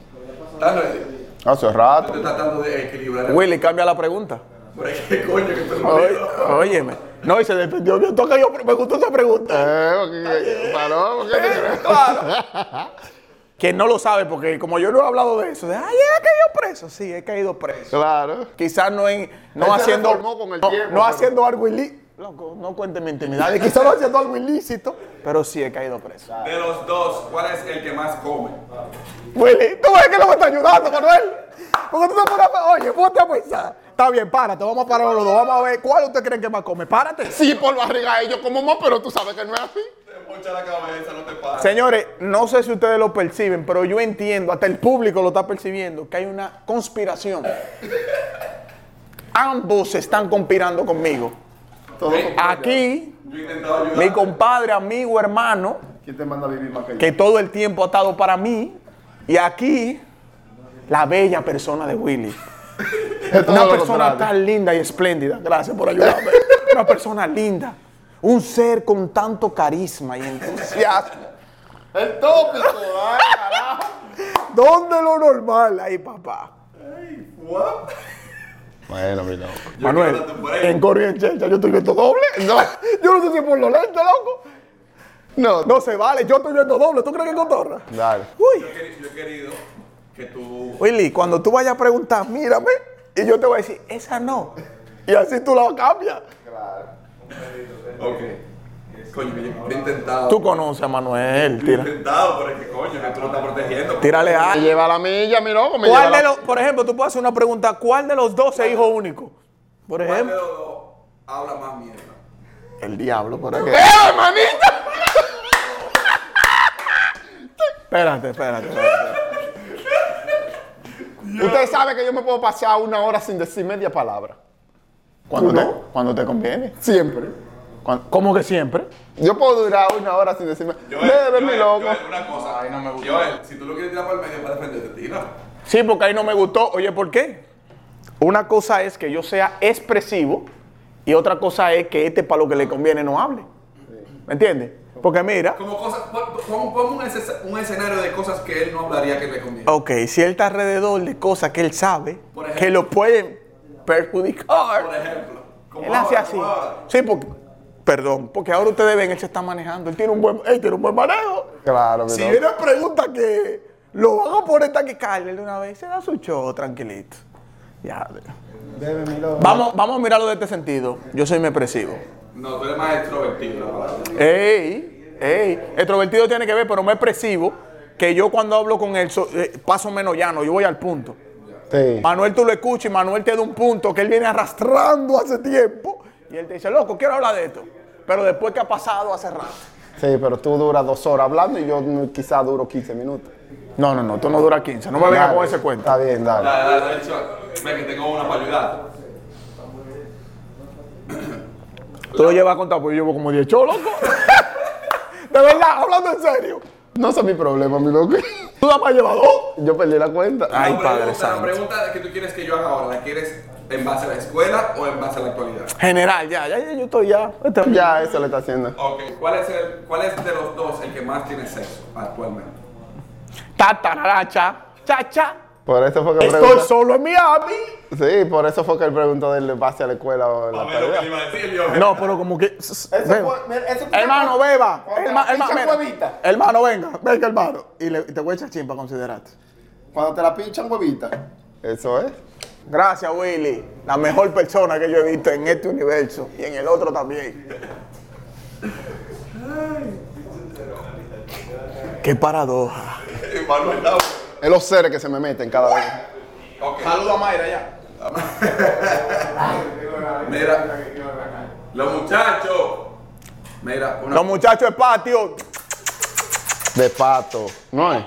Speaker 4: ¿Estás ready?
Speaker 1: Hace
Speaker 4: Yo
Speaker 1: rato.
Speaker 4: Estoy tratando de equilibrar el.
Speaker 3: Willy, cambia la pregunta.
Speaker 4: Pero es que coño, que te
Speaker 3: Oye, óyeme. No, y se defendió bien. Toca yo, me gustó esa pregunta.
Speaker 1: Eh, porque- paró, porque-
Speaker 3: Eh. Claro. Quien no lo sabe, porque como yo no he hablado de eso, de, ay, he caído preso. Sí, he caído preso.
Speaker 1: Claro.
Speaker 3: Quizás no en. No
Speaker 1: Él se
Speaker 3: haciendo.
Speaker 1: reformó con el
Speaker 3: no
Speaker 1: tiempo,
Speaker 3: no
Speaker 1: pero-
Speaker 3: haciendo algo ilícito. Loco, no cuente mi intimidad. Quizás no haciendo algo ilícito, pero sí he caído preso.
Speaker 4: De los dos, ¿cuál es el que más come?
Speaker 3: Willy, tú ves que no me está ayudando, Manuel. Porque tú te pones a pe- Oye, ponte a pensar. Está bien, párate, vamos a parar los dos. Vamos a ver cuál usted creen que más come. Párate.
Speaker 1: Sí, por barriga ellos como más, pero tú sabes que no es así.
Speaker 4: Te mocha la cabeza, no te pasa.
Speaker 3: Señores, no sé si ustedes lo perciben, pero yo entiendo, hasta el público lo está percibiendo, que hay una conspiración. Ambos están conspirando conmigo.
Speaker 1: Todo
Speaker 3: Aquí,
Speaker 4: Yo he intentado ayudar.
Speaker 3: mi compadre, amigo, hermano,
Speaker 1: ¿Quién te manda a vivir más que yo?
Speaker 3: que todo el tiempo ha estado para mí. Y aquí, la bella persona de Willy.
Speaker 1: Es todo
Speaker 3: Una
Speaker 1: lo
Speaker 3: persona
Speaker 1: contrario.
Speaker 3: tan linda y espléndida. Gracias por ayudarme. Una persona linda. Un ser con tanto carisma y entusiasmo.
Speaker 1: El tópico, ay, carajo.
Speaker 3: ¿Dónde lo normal ahí, papá?
Speaker 1: Bueno, mi loco.
Speaker 3: Manuel, en Corea y en Checha yo estoy viendo doble. No, yo no sé si es por los lentes, loco.
Speaker 1: No,
Speaker 3: No se vale, yo estoy viendo doble. ¿Tú crees que es cotorra?
Speaker 1: Dale.
Speaker 3: Uy.
Speaker 4: Yo he querido- yo he querido que tú.
Speaker 3: Willy, cuando tú vayas a preguntar, mírame, y yo te voy a decir, esa no. Y así tú la cambias.
Speaker 2: Ok. Coño, yo lo he intentado.
Speaker 3: Tú conoces a Manuel,
Speaker 2: Lo he
Speaker 3: tira.
Speaker 2: intentado, pero es que coño, que tú lo estás protegiendo.
Speaker 3: Tírale a.
Speaker 1: Me lleva la milla, mi loco. Me lleva
Speaker 3: ¿Cuál
Speaker 1: la-
Speaker 3: de los, por ejemplo, tú puedes hacer una pregunta, ¿cuál de los dos es hijo único? Por
Speaker 2: ¿Cuál de
Speaker 3: ejemplo.
Speaker 2: los dos habla más mierda?
Speaker 1: El diablo, por aquí.
Speaker 3: Espérate, espérate. espérate.
Speaker 1: Usted sabe que yo me puedo pasar una hora sin decir media palabra.
Speaker 3: Cuando
Speaker 1: ¿Tú
Speaker 3: te,
Speaker 1: no?
Speaker 3: cuando te conviene.
Speaker 1: Siempre.
Speaker 3: Cuando- ¿Cómo que siempre?
Speaker 1: Yo puedo durar una hora sin decirme. Debe, mi loco.
Speaker 2: Joel, una cosa. no me gusta. Joel, si tú lo quieres tirar para el medio para defenderte, tira.
Speaker 3: Sí, porque ahí no me gustó. Oye, ¿por qué? Una cosa es que yo sea expresivo y otra cosa es que este para lo que le conviene no hable. ¿Me entiendes? Porque mira,
Speaker 2: Como cosas, pon- pon- pon un, escena- un escenario de cosas que él no hablaría que le conviene.
Speaker 3: ok, si él está alrededor de cosas que él sabe
Speaker 2: Por ejemplo.
Speaker 3: que lo pueden
Speaker 2: Por
Speaker 3: perjudicar,
Speaker 2: ejemplo. como
Speaker 3: él hace
Speaker 2: ahora,
Speaker 3: así.
Speaker 2: como ahora.
Speaker 3: Sí, porque, perdón, porque ahora ustedes ven, él se está manejando, él tiene un buen, él tiene un buen manejo.
Speaker 1: Claro, mi
Speaker 3: Si
Speaker 1: loco.
Speaker 3: viene pregunta que lo van a poner tan que Carle de una vez, se da su show tranquilito. Ya. Vamos, vamos a mirarlo de este sentido. Yo soy mi expresivo.
Speaker 2: No, tú eres más extrovertido. la verdad.
Speaker 3: Ey, ey. Extrovertido tiene que ver, pero me expresivo. Que yo cuando hablo con él so- eh, paso menos llano, yo voy al punto.
Speaker 1: Sí.
Speaker 3: Manuel tú lo escuchas y Manuel te da un punto que él viene arrastrando hace tiempo. Y él te dice, loco, quiero hablar de esto. Pero después que ha pasado hace rato.
Speaker 1: Sí, pero tú duras dos horas hablando y yo mm, quizá duro 15 minutos.
Speaker 3: No, no, no, tú no duras 15. No me vengas
Speaker 1: Dale.
Speaker 3: con ese cuento.
Speaker 1: Está bien, dale.
Speaker 2: Dale, dale, dale, Joel. Ven que tengo una para ayudar.
Speaker 3: Tú lo llevas a contar, pues yo llevo como 10 cholos, loco. De verdad, hablando en serio.
Speaker 1: No es mi problema, mi loco.
Speaker 3: Tú nada más llevas dos.
Speaker 1: Yo perdí la cuenta.
Speaker 3: Ay,
Speaker 2: La
Speaker 3: Padre
Speaker 2: pregunta-
Speaker 3: Santo.
Speaker 2: La pregunta que tú quieres que yo haga ahora, ¿la quieres en base a la escuela o en base a la actualidad?
Speaker 3: General, ya, ya, ya, yo estoy ya. Este-
Speaker 1: Ya, eso le está haciendo.
Speaker 2: Ok, ¿cuál es, el, ¿cuál es de los dos el que más tiene sexo actualmente?
Speaker 3: Ta, tarara, cha, cha, cha.
Speaker 1: Por eso fue que
Speaker 3: Estoy
Speaker 1: preguntó-
Speaker 3: solo en Miami.
Speaker 1: Sí, por eso fue que él preguntó del base a la escuela o la
Speaker 2: Pero que
Speaker 1: tarea.
Speaker 2: le iba a decir yo.
Speaker 3: No, pero como que. Beba. Hermano, beba. Herma- herma- mira. hermano, venga, venga, hermano. Y, le- y te voy a echar chin para considerarte.
Speaker 1: Cuando te la pinchan huevita. Eso es.
Speaker 3: Gracias, Willy. La mejor persona que yo he visto en este universo y en el otro también. Qué paradoja.
Speaker 2: Manuel Laura.
Speaker 1: Es los seres que se me meten cada vez.
Speaker 2: Ok,
Speaker 3: Saluda a Mayra ya.
Speaker 2: mira. Los muchachos. Mira, una
Speaker 3: Los muchachos de patio.
Speaker 1: De pato. No es.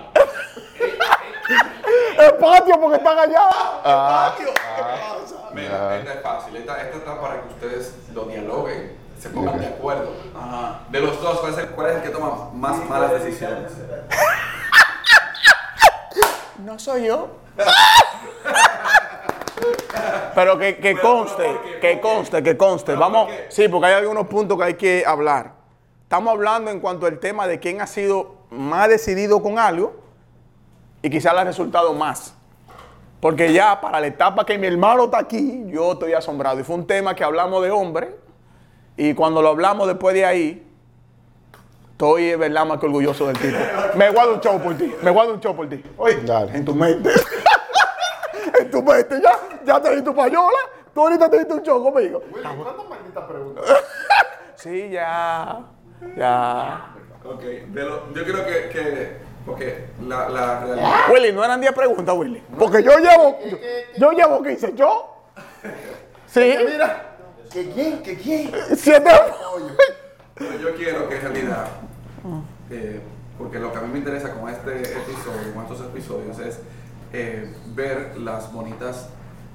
Speaker 3: El patio porque están allá.
Speaker 1: Ah,
Speaker 2: Mira, esta es fácil. Esta, esta está para que ustedes lo dialoguen, se pongan de acuerdo. De los dos, ¿cuál es, el, cuál es el que toma más malas decisiones?
Speaker 3: No soy yo. Pero que, que conste, que conste, que conste. Vamos, sí, porque hay algunos puntos que hay que hablar. Estamos hablando en cuanto al tema de quién ha sido más decidido con algo y quizás le ha resultado más. Porque ya para la etapa que mi hermano está aquí, yo estoy asombrado. Y fue un tema que hablamos de hombre y cuando lo hablamos después de ahí, estoy, es verdad, más que orgulloso del tipo. Me guardo un show por ti, me guardo un show por ti. Oye,
Speaker 1: Dale.
Speaker 3: en tu mente. en tu mente, ya, ya te di tu payola. Tú ahorita te diste un show conmigo.
Speaker 1: ¿Cuántas malditas preguntas?
Speaker 3: Sí, ya. Ya.
Speaker 2: Ok, de lo- yo creo que. que porque la, la realidad.
Speaker 3: Willy, no eran 10 preguntas, Willy. Porque yo llevo. Yo, yo llevo 15. Yo. Sí.
Speaker 1: Mira. ¿Qué quién? ¿Qué quién?
Speaker 3: Siete.
Speaker 2: Pero yo quiero que en realidad. eh, porque lo que a mí me interesa con este episodio, con estos episodios, es eh, ver las bonitas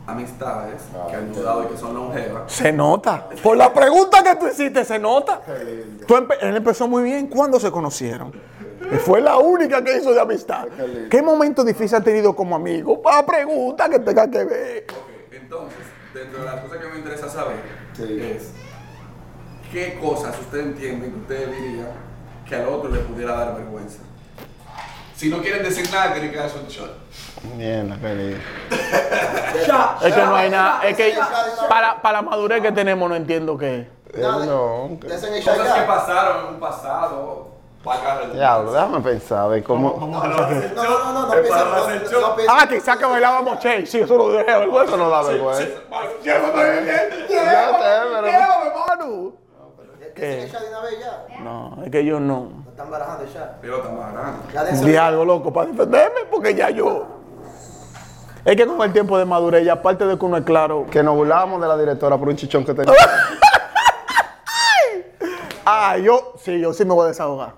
Speaker 2: amistades que han dudado y que son longevas.
Speaker 3: Se nota. Por la pregunta que tú hiciste, se nota. Tú empe- él empezó muy bien. ¿Cuándo se conocieron? Y Fue la única que hizo de amistad.
Speaker 1: lindo.
Speaker 3: ¿Qué momento difícil ha tenido como amigo? Para pregunta que tenga que ver.
Speaker 2: Ok, entonces, dentro de las cosas que me interesa saber
Speaker 1: Sí.
Speaker 2: es qué cosas usted entiende que usted diría que al otro le pudiera dar vergüenza. Si no quieren decir nada, tienen que darse un shot.
Speaker 1: Mierda, qué lindo.
Speaker 3: Es que no hay nada. Es que para, para la madurez que tenemos no entiendo qué es.
Speaker 1: Eh, No.
Speaker 5: Le hacen el shot
Speaker 2: Cosas que
Speaker 5: ya.
Speaker 2: pasaron en un pasado. valga la
Speaker 1: Diablo, déjame pensar, a ver cómo.
Speaker 2: redundancia. Para darse el
Speaker 5: No,
Speaker 2: shot,
Speaker 5: no, no, no
Speaker 2: es
Speaker 5: piensa,
Speaker 2: para darse el
Speaker 5: no,
Speaker 2: shot.
Speaker 5: no piensa.
Speaker 3: Ah, quizás que bailábamos Che. Sí, eso lo dejé, vergüenza. eh.
Speaker 1: Eso no da vergüenza.
Speaker 2: Llévame, llévame.
Speaker 1: Ya sé, pero-
Speaker 3: Llévame, Manu.
Speaker 6: ¿Se
Speaker 3: que.
Speaker 6: echa de una vez ya?
Speaker 3: No, es que yo no.
Speaker 6: La están barajando ya.
Speaker 4: Pelota más grande.
Speaker 6: Ya de eso-
Speaker 3: Di algo loco para defenderme porque ya yo. Es que con el tiempo de madurez, ya aparte de que uno es claro.
Speaker 1: Que nos burlábamos de la directora por un chichón que tenía.
Speaker 3: Ah, yo sí, yo sí me voy a desahogar.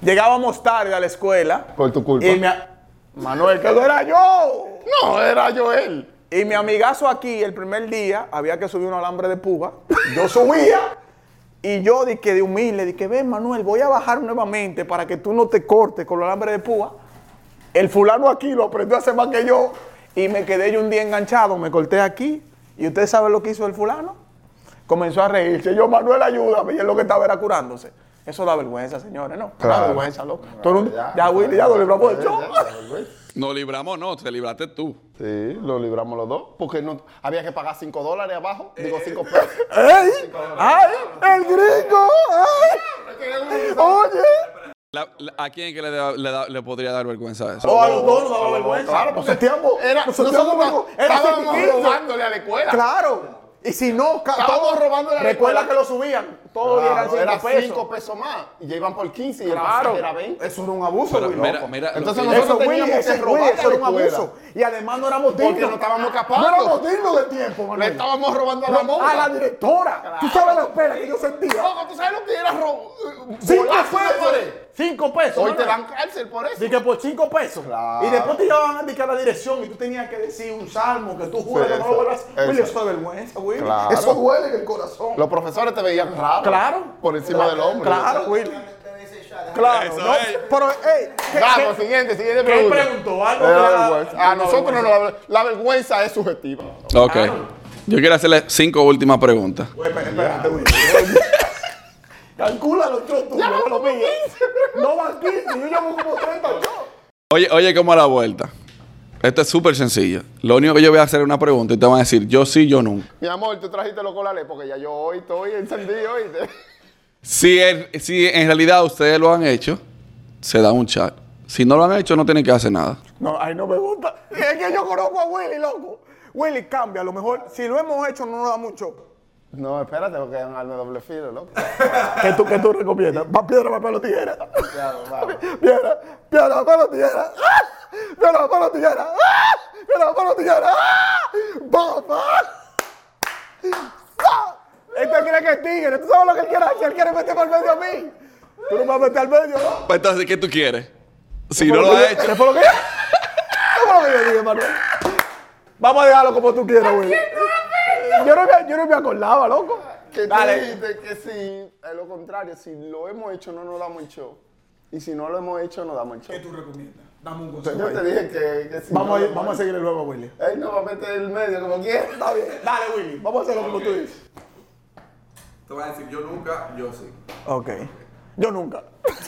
Speaker 3: Llegábamos tarde a la escuela.
Speaker 1: Por tu culpa.
Speaker 3: Y mi a- Manuel, que no era yo.
Speaker 1: No, era Joel.
Speaker 3: Y mi amigazo aquí, el primer día, había que subir un alambre de puja. Yo subía. Y yo di que de humilde, di que ven Manuel, voy a bajar nuevamente para que tú no te cortes con el alambre de púa. El fulano aquí lo aprendió a hacer más que yo y me quedé yo un día enganchado, me corté aquí y ustedes saben lo que hizo el fulano. Comenzó a reírse, yo Manuel ayúdame y él lo que estaba era curándose. Eso da vergüenza, señores, ¿no? Da
Speaker 1: Claro.
Speaker 3: vergüenza, loco. Todo el mundo- ya, Willy, ya lo libramos de yo.
Speaker 2: Nos libramos, no, te libraste tú.
Speaker 1: pues. Sí, lo libramos los dos. Porque no, había que pagar 5 dólares abajo. Digo 5 pesos.
Speaker 3: ¡Ey! ¡Ay! ¡El gringo! ¡Ay! ¡Oye!
Speaker 2: La- la- ¿A quién que le, da- le da- le podría dar vergüenza a
Speaker 4: Oh,
Speaker 2: eso?
Speaker 3: O a los dos nos daba vergüenza. Claro, pues sentíamos. Era, nos sentíamos
Speaker 1: nosotros
Speaker 3: como-
Speaker 1: no-
Speaker 3: era
Speaker 1: estábamos
Speaker 3: sentimiento.
Speaker 1: robándole a la escuela.
Speaker 3: Claro. Y si no, ca-
Speaker 1: Estábamos
Speaker 3: todos-
Speaker 1: robándole a la
Speaker 3: Recuerda
Speaker 1: escuela.
Speaker 3: que lo subían. Todos eran
Speaker 1: Claro, era
Speaker 3: 5 pesos.
Speaker 1: 5 pesos más. Y ya iban por 15 y
Speaker 3: Claro.
Speaker 1: el pasaje era 20.
Speaker 3: Eso era un abuso,
Speaker 2: Pero
Speaker 3: güey.
Speaker 2: mira,
Speaker 3: loco.
Speaker 2: mira, lo
Speaker 1: Entonces
Speaker 2: que-
Speaker 1: nosotros
Speaker 3: eso, güey,
Speaker 1: teníamos
Speaker 3: ese,
Speaker 1: que
Speaker 3: güey,
Speaker 1: robarle
Speaker 3: eso era un
Speaker 1: a la escuela.
Speaker 3: abuso. Y además no éramos
Speaker 1: Porque
Speaker 3: dignos.
Speaker 1: no estábamos capaces.
Speaker 3: No éramos dignos del tiempo,
Speaker 1: Le
Speaker 3: Manuel.
Speaker 1: estábamos robando a la
Speaker 3: No,
Speaker 1: monja.
Speaker 3: A la directora. Tú sabes la pena que yo sentía.
Speaker 1: Loco, ¿tú sabes lo que era robo? Eh,
Speaker 3: Cinco
Speaker 1: bolazo de
Speaker 3: pesos.
Speaker 1: pared.
Speaker 3: Cinco pesos.
Speaker 1: Hoy te
Speaker 3: Manuel.
Speaker 1: dan cárcel por eso.
Speaker 3: Así que por 5 pesos.
Speaker 1: Claro.
Speaker 3: Y después te llevaban a indicar la dirección y tú tenías que decir un salmo que tú juras
Speaker 1: Sí,
Speaker 3: que no
Speaker 1: eso,
Speaker 3: lo vuelvas a hacer. Willy,
Speaker 1: eso.
Speaker 3: eso es vergüenza, Willy.
Speaker 1: Claro.
Speaker 3: Eso duele en el corazón.
Speaker 1: Los profesores te veían raro.
Speaker 3: Claro.
Speaker 1: Por encima del hombro.
Speaker 3: Claro, Willy. Ah, Claro.
Speaker 2: Eso
Speaker 3: no,
Speaker 2: es.
Speaker 3: Pero, hey, ¿qué,
Speaker 1: Vamos,
Speaker 3: qué-
Speaker 1: siguiente, siguiente
Speaker 3: qué
Speaker 1: pregunta.
Speaker 3: preguntó? Algo
Speaker 1: Le da
Speaker 3: que la-
Speaker 1: vergüenza. A
Speaker 3: la
Speaker 1: nosotros no
Speaker 3: vergüenza.
Speaker 1: nos da- la vergüenza es subjetiva.
Speaker 2: Ok. Yo quiero hacerle cinco últimas preguntas.
Speaker 3: Güey, espérate, espérate, Willy. Calcula los chotos. Ya no lo mío. No van 15, yo llevo como 30 yo.
Speaker 2: Oye, oye, ¿cómo a la vuelta? Esto es súper sencillo. Lo único que yo voy a hacer es una pregunta y te van a decir yo sí, yo no.
Speaker 1: Mi amor, tú trajiste los colares porque ya yo hoy estoy encendido. Y te...
Speaker 2: Si, en- si en realidad ustedes lo han hecho, se da un chat. Si no lo han hecho, no tienen que hacer nada.
Speaker 3: No, ay, no me gusta. Es que yo conozco a Willy, loco. Willy, cambia. A lo mejor, si lo hemos hecho, no nos da mucho.
Speaker 1: No, espérate, porque es un arma de doble filo, loco.
Speaker 3: ¿Qué tú, qué tú recomiendas? ¿Más piedra, papel o tijera? Piedra, piedra, papel o tijera. ¡Ah! Piedra, papel o tijera. ¡Ah! Piedra, papel o tijera. ¡Ah! ¡Papá! ¡Ah! Este cree que es tigre. ¿Tú sabes lo que él quiere hacer? Él quiere meterme al medio a mí. Tú no me vas a meter al medio, ¿no?
Speaker 2: Pues entonces, ¿qué tú quieres? Si
Speaker 3: Fue
Speaker 2: no lo
Speaker 3: que
Speaker 2: has
Speaker 3: yo-
Speaker 2: hecho,
Speaker 3: ¿Qué fue lo que yo? ¿Qué fue lo que yo dije, Manuel? Vamos a dejarlo como tú quieras, güey. Yo no me, yo no me acordaba, loco.
Speaker 1: Que tú
Speaker 3: Dale.
Speaker 1: dijiste que si, es lo contrario, si lo hemos hecho, no nos damos el show. Y si no lo hemos hecho, nos damos el show.
Speaker 5: tú recomiendas? Dame
Speaker 1: Yo
Speaker 5: un
Speaker 1: te dije que, que si
Speaker 3: Vamos
Speaker 1: no
Speaker 3: a,
Speaker 1: lo
Speaker 3: vamos a
Speaker 1: hemos
Speaker 3: seguir el juego, Willy.
Speaker 1: hecho- Él no va a meter el medio como quiera.
Speaker 3: Está bien. Dale, Willy. Vamos a hacerlo como tú dices.
Speaker 4: Te van a decir yo nunca, yo sí.
Speaker 3: Ok. Yo nunca.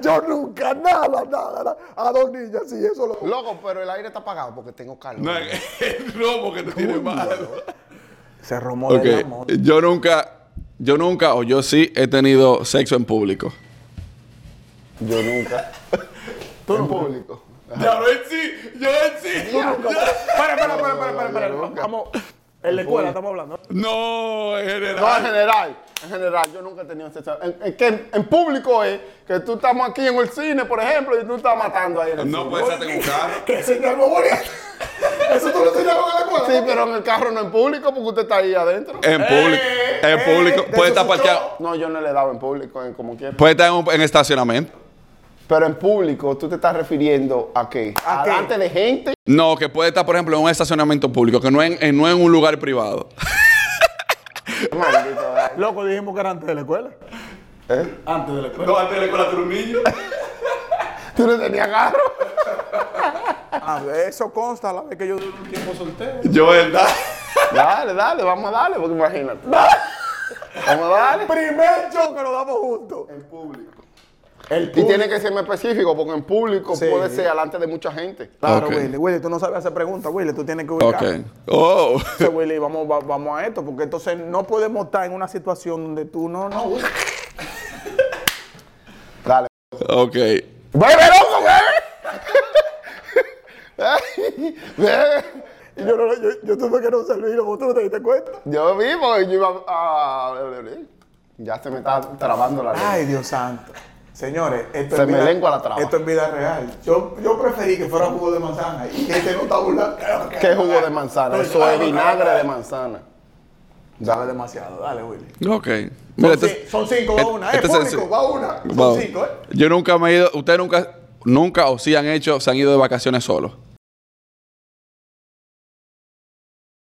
Speaker 3: Yo nunca, nada, nada, nada. A dos niñas, sí, eso lo.
Speaker 1: Loco, pero el aire está apagado porque tengo calor.
Speaker 2: no, es el robo que te tiene mal.
Speaker 3: Se romó
Speaker 2: Ok,
Speaker 3: de amor.
Speaker 2: yo nunca, yo nunca o yo sí he tenido sexo en público.
Speaker 1: Yo nunca. Tú en público.
Speaker 2: Claro, él sí, yo él sí.
Speaker 3: Espera, espera, espera, espera, espera, espera. Vamos. En la escuela estamos hablando.
Speaker 2: No, en
Speaker 1: No, en
Speaker 2: general.
Speaker 1: general, en general, yo nunca he tenido sexo. En, en- que en, en público es que tú estamos aquí en el cine, por ejemplo, y tú estás matando ahí en el
Speaker 2: No
Speaker 1: cine.
Speaker 2: puedes hacerte en un carro.
Speaker 3: Que se algo bonito. Eso tú lo enseñaron en la escuela.
Speaker 1: Sí, pero en el carro no en público porque usted está ahí adentro.
Speaker 2: En público.
Speaker 3: Eh,
Speaker 2: En público. Puede estar parqueado.
Speaker 1: No, yo no le he dado en público, en como quiera.
Speaker 2: Puede estar en, un- en estacionamiento.
Speaker 1: Pero en público, ¿tú te estás refiriendo a qué?
Speaker 3: ¿A qué?
Speaker 1: Delante de gente.
Speaker 2: No, que puede estar, por ejemplo, en un estacionamiento público, que no en, en- no en un lugar privado.
Speaker 1: Maldito, ay.
Speaker 3: Loco, dijimos que era antes de la escuela.
Speaker 1: ¿Eh?
Speaker 4: No, antes de la un niño.
Speaker 1: tú no tenías carro.
Speaker 3: A ver, eso consta la vez que yo duré un tiempo soltero.
Speaker 2: Yo, ¿verdad?
Speaker 1: Dale, dale, vamos a darle, porque imagínate. Vamos a darle.
Speaker 3: Primer show que lo damos juntos.
Speaker 1: En público.
Speaker 3: El
Speaker 1: Y tiene que ser más específico, porque en público
Speaker 3: Sí.
Speaker 1: puede ser delante de mucha gente.
Speaker 3: Claro,
Speaker 2: Ok.
Speaker 3: Willy. Willy, tú no sabes hacer preguntas, Willy. Tú tienes que ubicar.
Speaker 2: Ok. Oh.
Speaker 3: Entonces, Willy, vamos, va- vamos a esto, porque entonces no podemos estar en una situación donde tú no, no. Willy.
Speaker 1: Dale.
Speaker 2: Ok.
Speaker 1: ¡Bebe, loco, bebe! ¡Bebe!
Speaker 3: Y yo, no- yo, yo tuve que no servirlo, vos tú no te diste cuenta.
Speaker 1: Yo vi porque yo iba a... Ya se me está trabando la lengua.
Speaker 3: Ay, Dios santo. Señores, esto
Speaker 1: Se
Speaker 3: es
Speaker 1: me
Speaker 3: vida,
Speaker 1: lengua la traba.
Speaker 3: Esto es vida real. Yo, yo preferí que fuera jugo de manzana y que este no está burlando.
Speaker 1: ¿Qué jugo de manzana?
Speaker 3: No,
Speaker 1: Eso
Speaker 3: claro,
Speaker 1: es vinagre
Speaker 3: claro.
Speaker 1: de manzana.
Speaker 3: Dale demasiado, dale, Willy. Son,
Speaker 2: Ok.
Speaker 3: ci-
Speaker 2: Mira, este-
Speaker 3: son cinco, va
Speaker 2: este-
Speaker 3: una.
Speaker 2: este
Speaker 3: eh,
Speaker 2: es el-
Speaker 3: público, va una. Son
Speaker 2: Wow.
Speaker 3: cinco, eh.
Speaker 2: Yo nunca me he ido. Ustedes nunca, nunca o si han hecho, se han ido de vacaciones solos.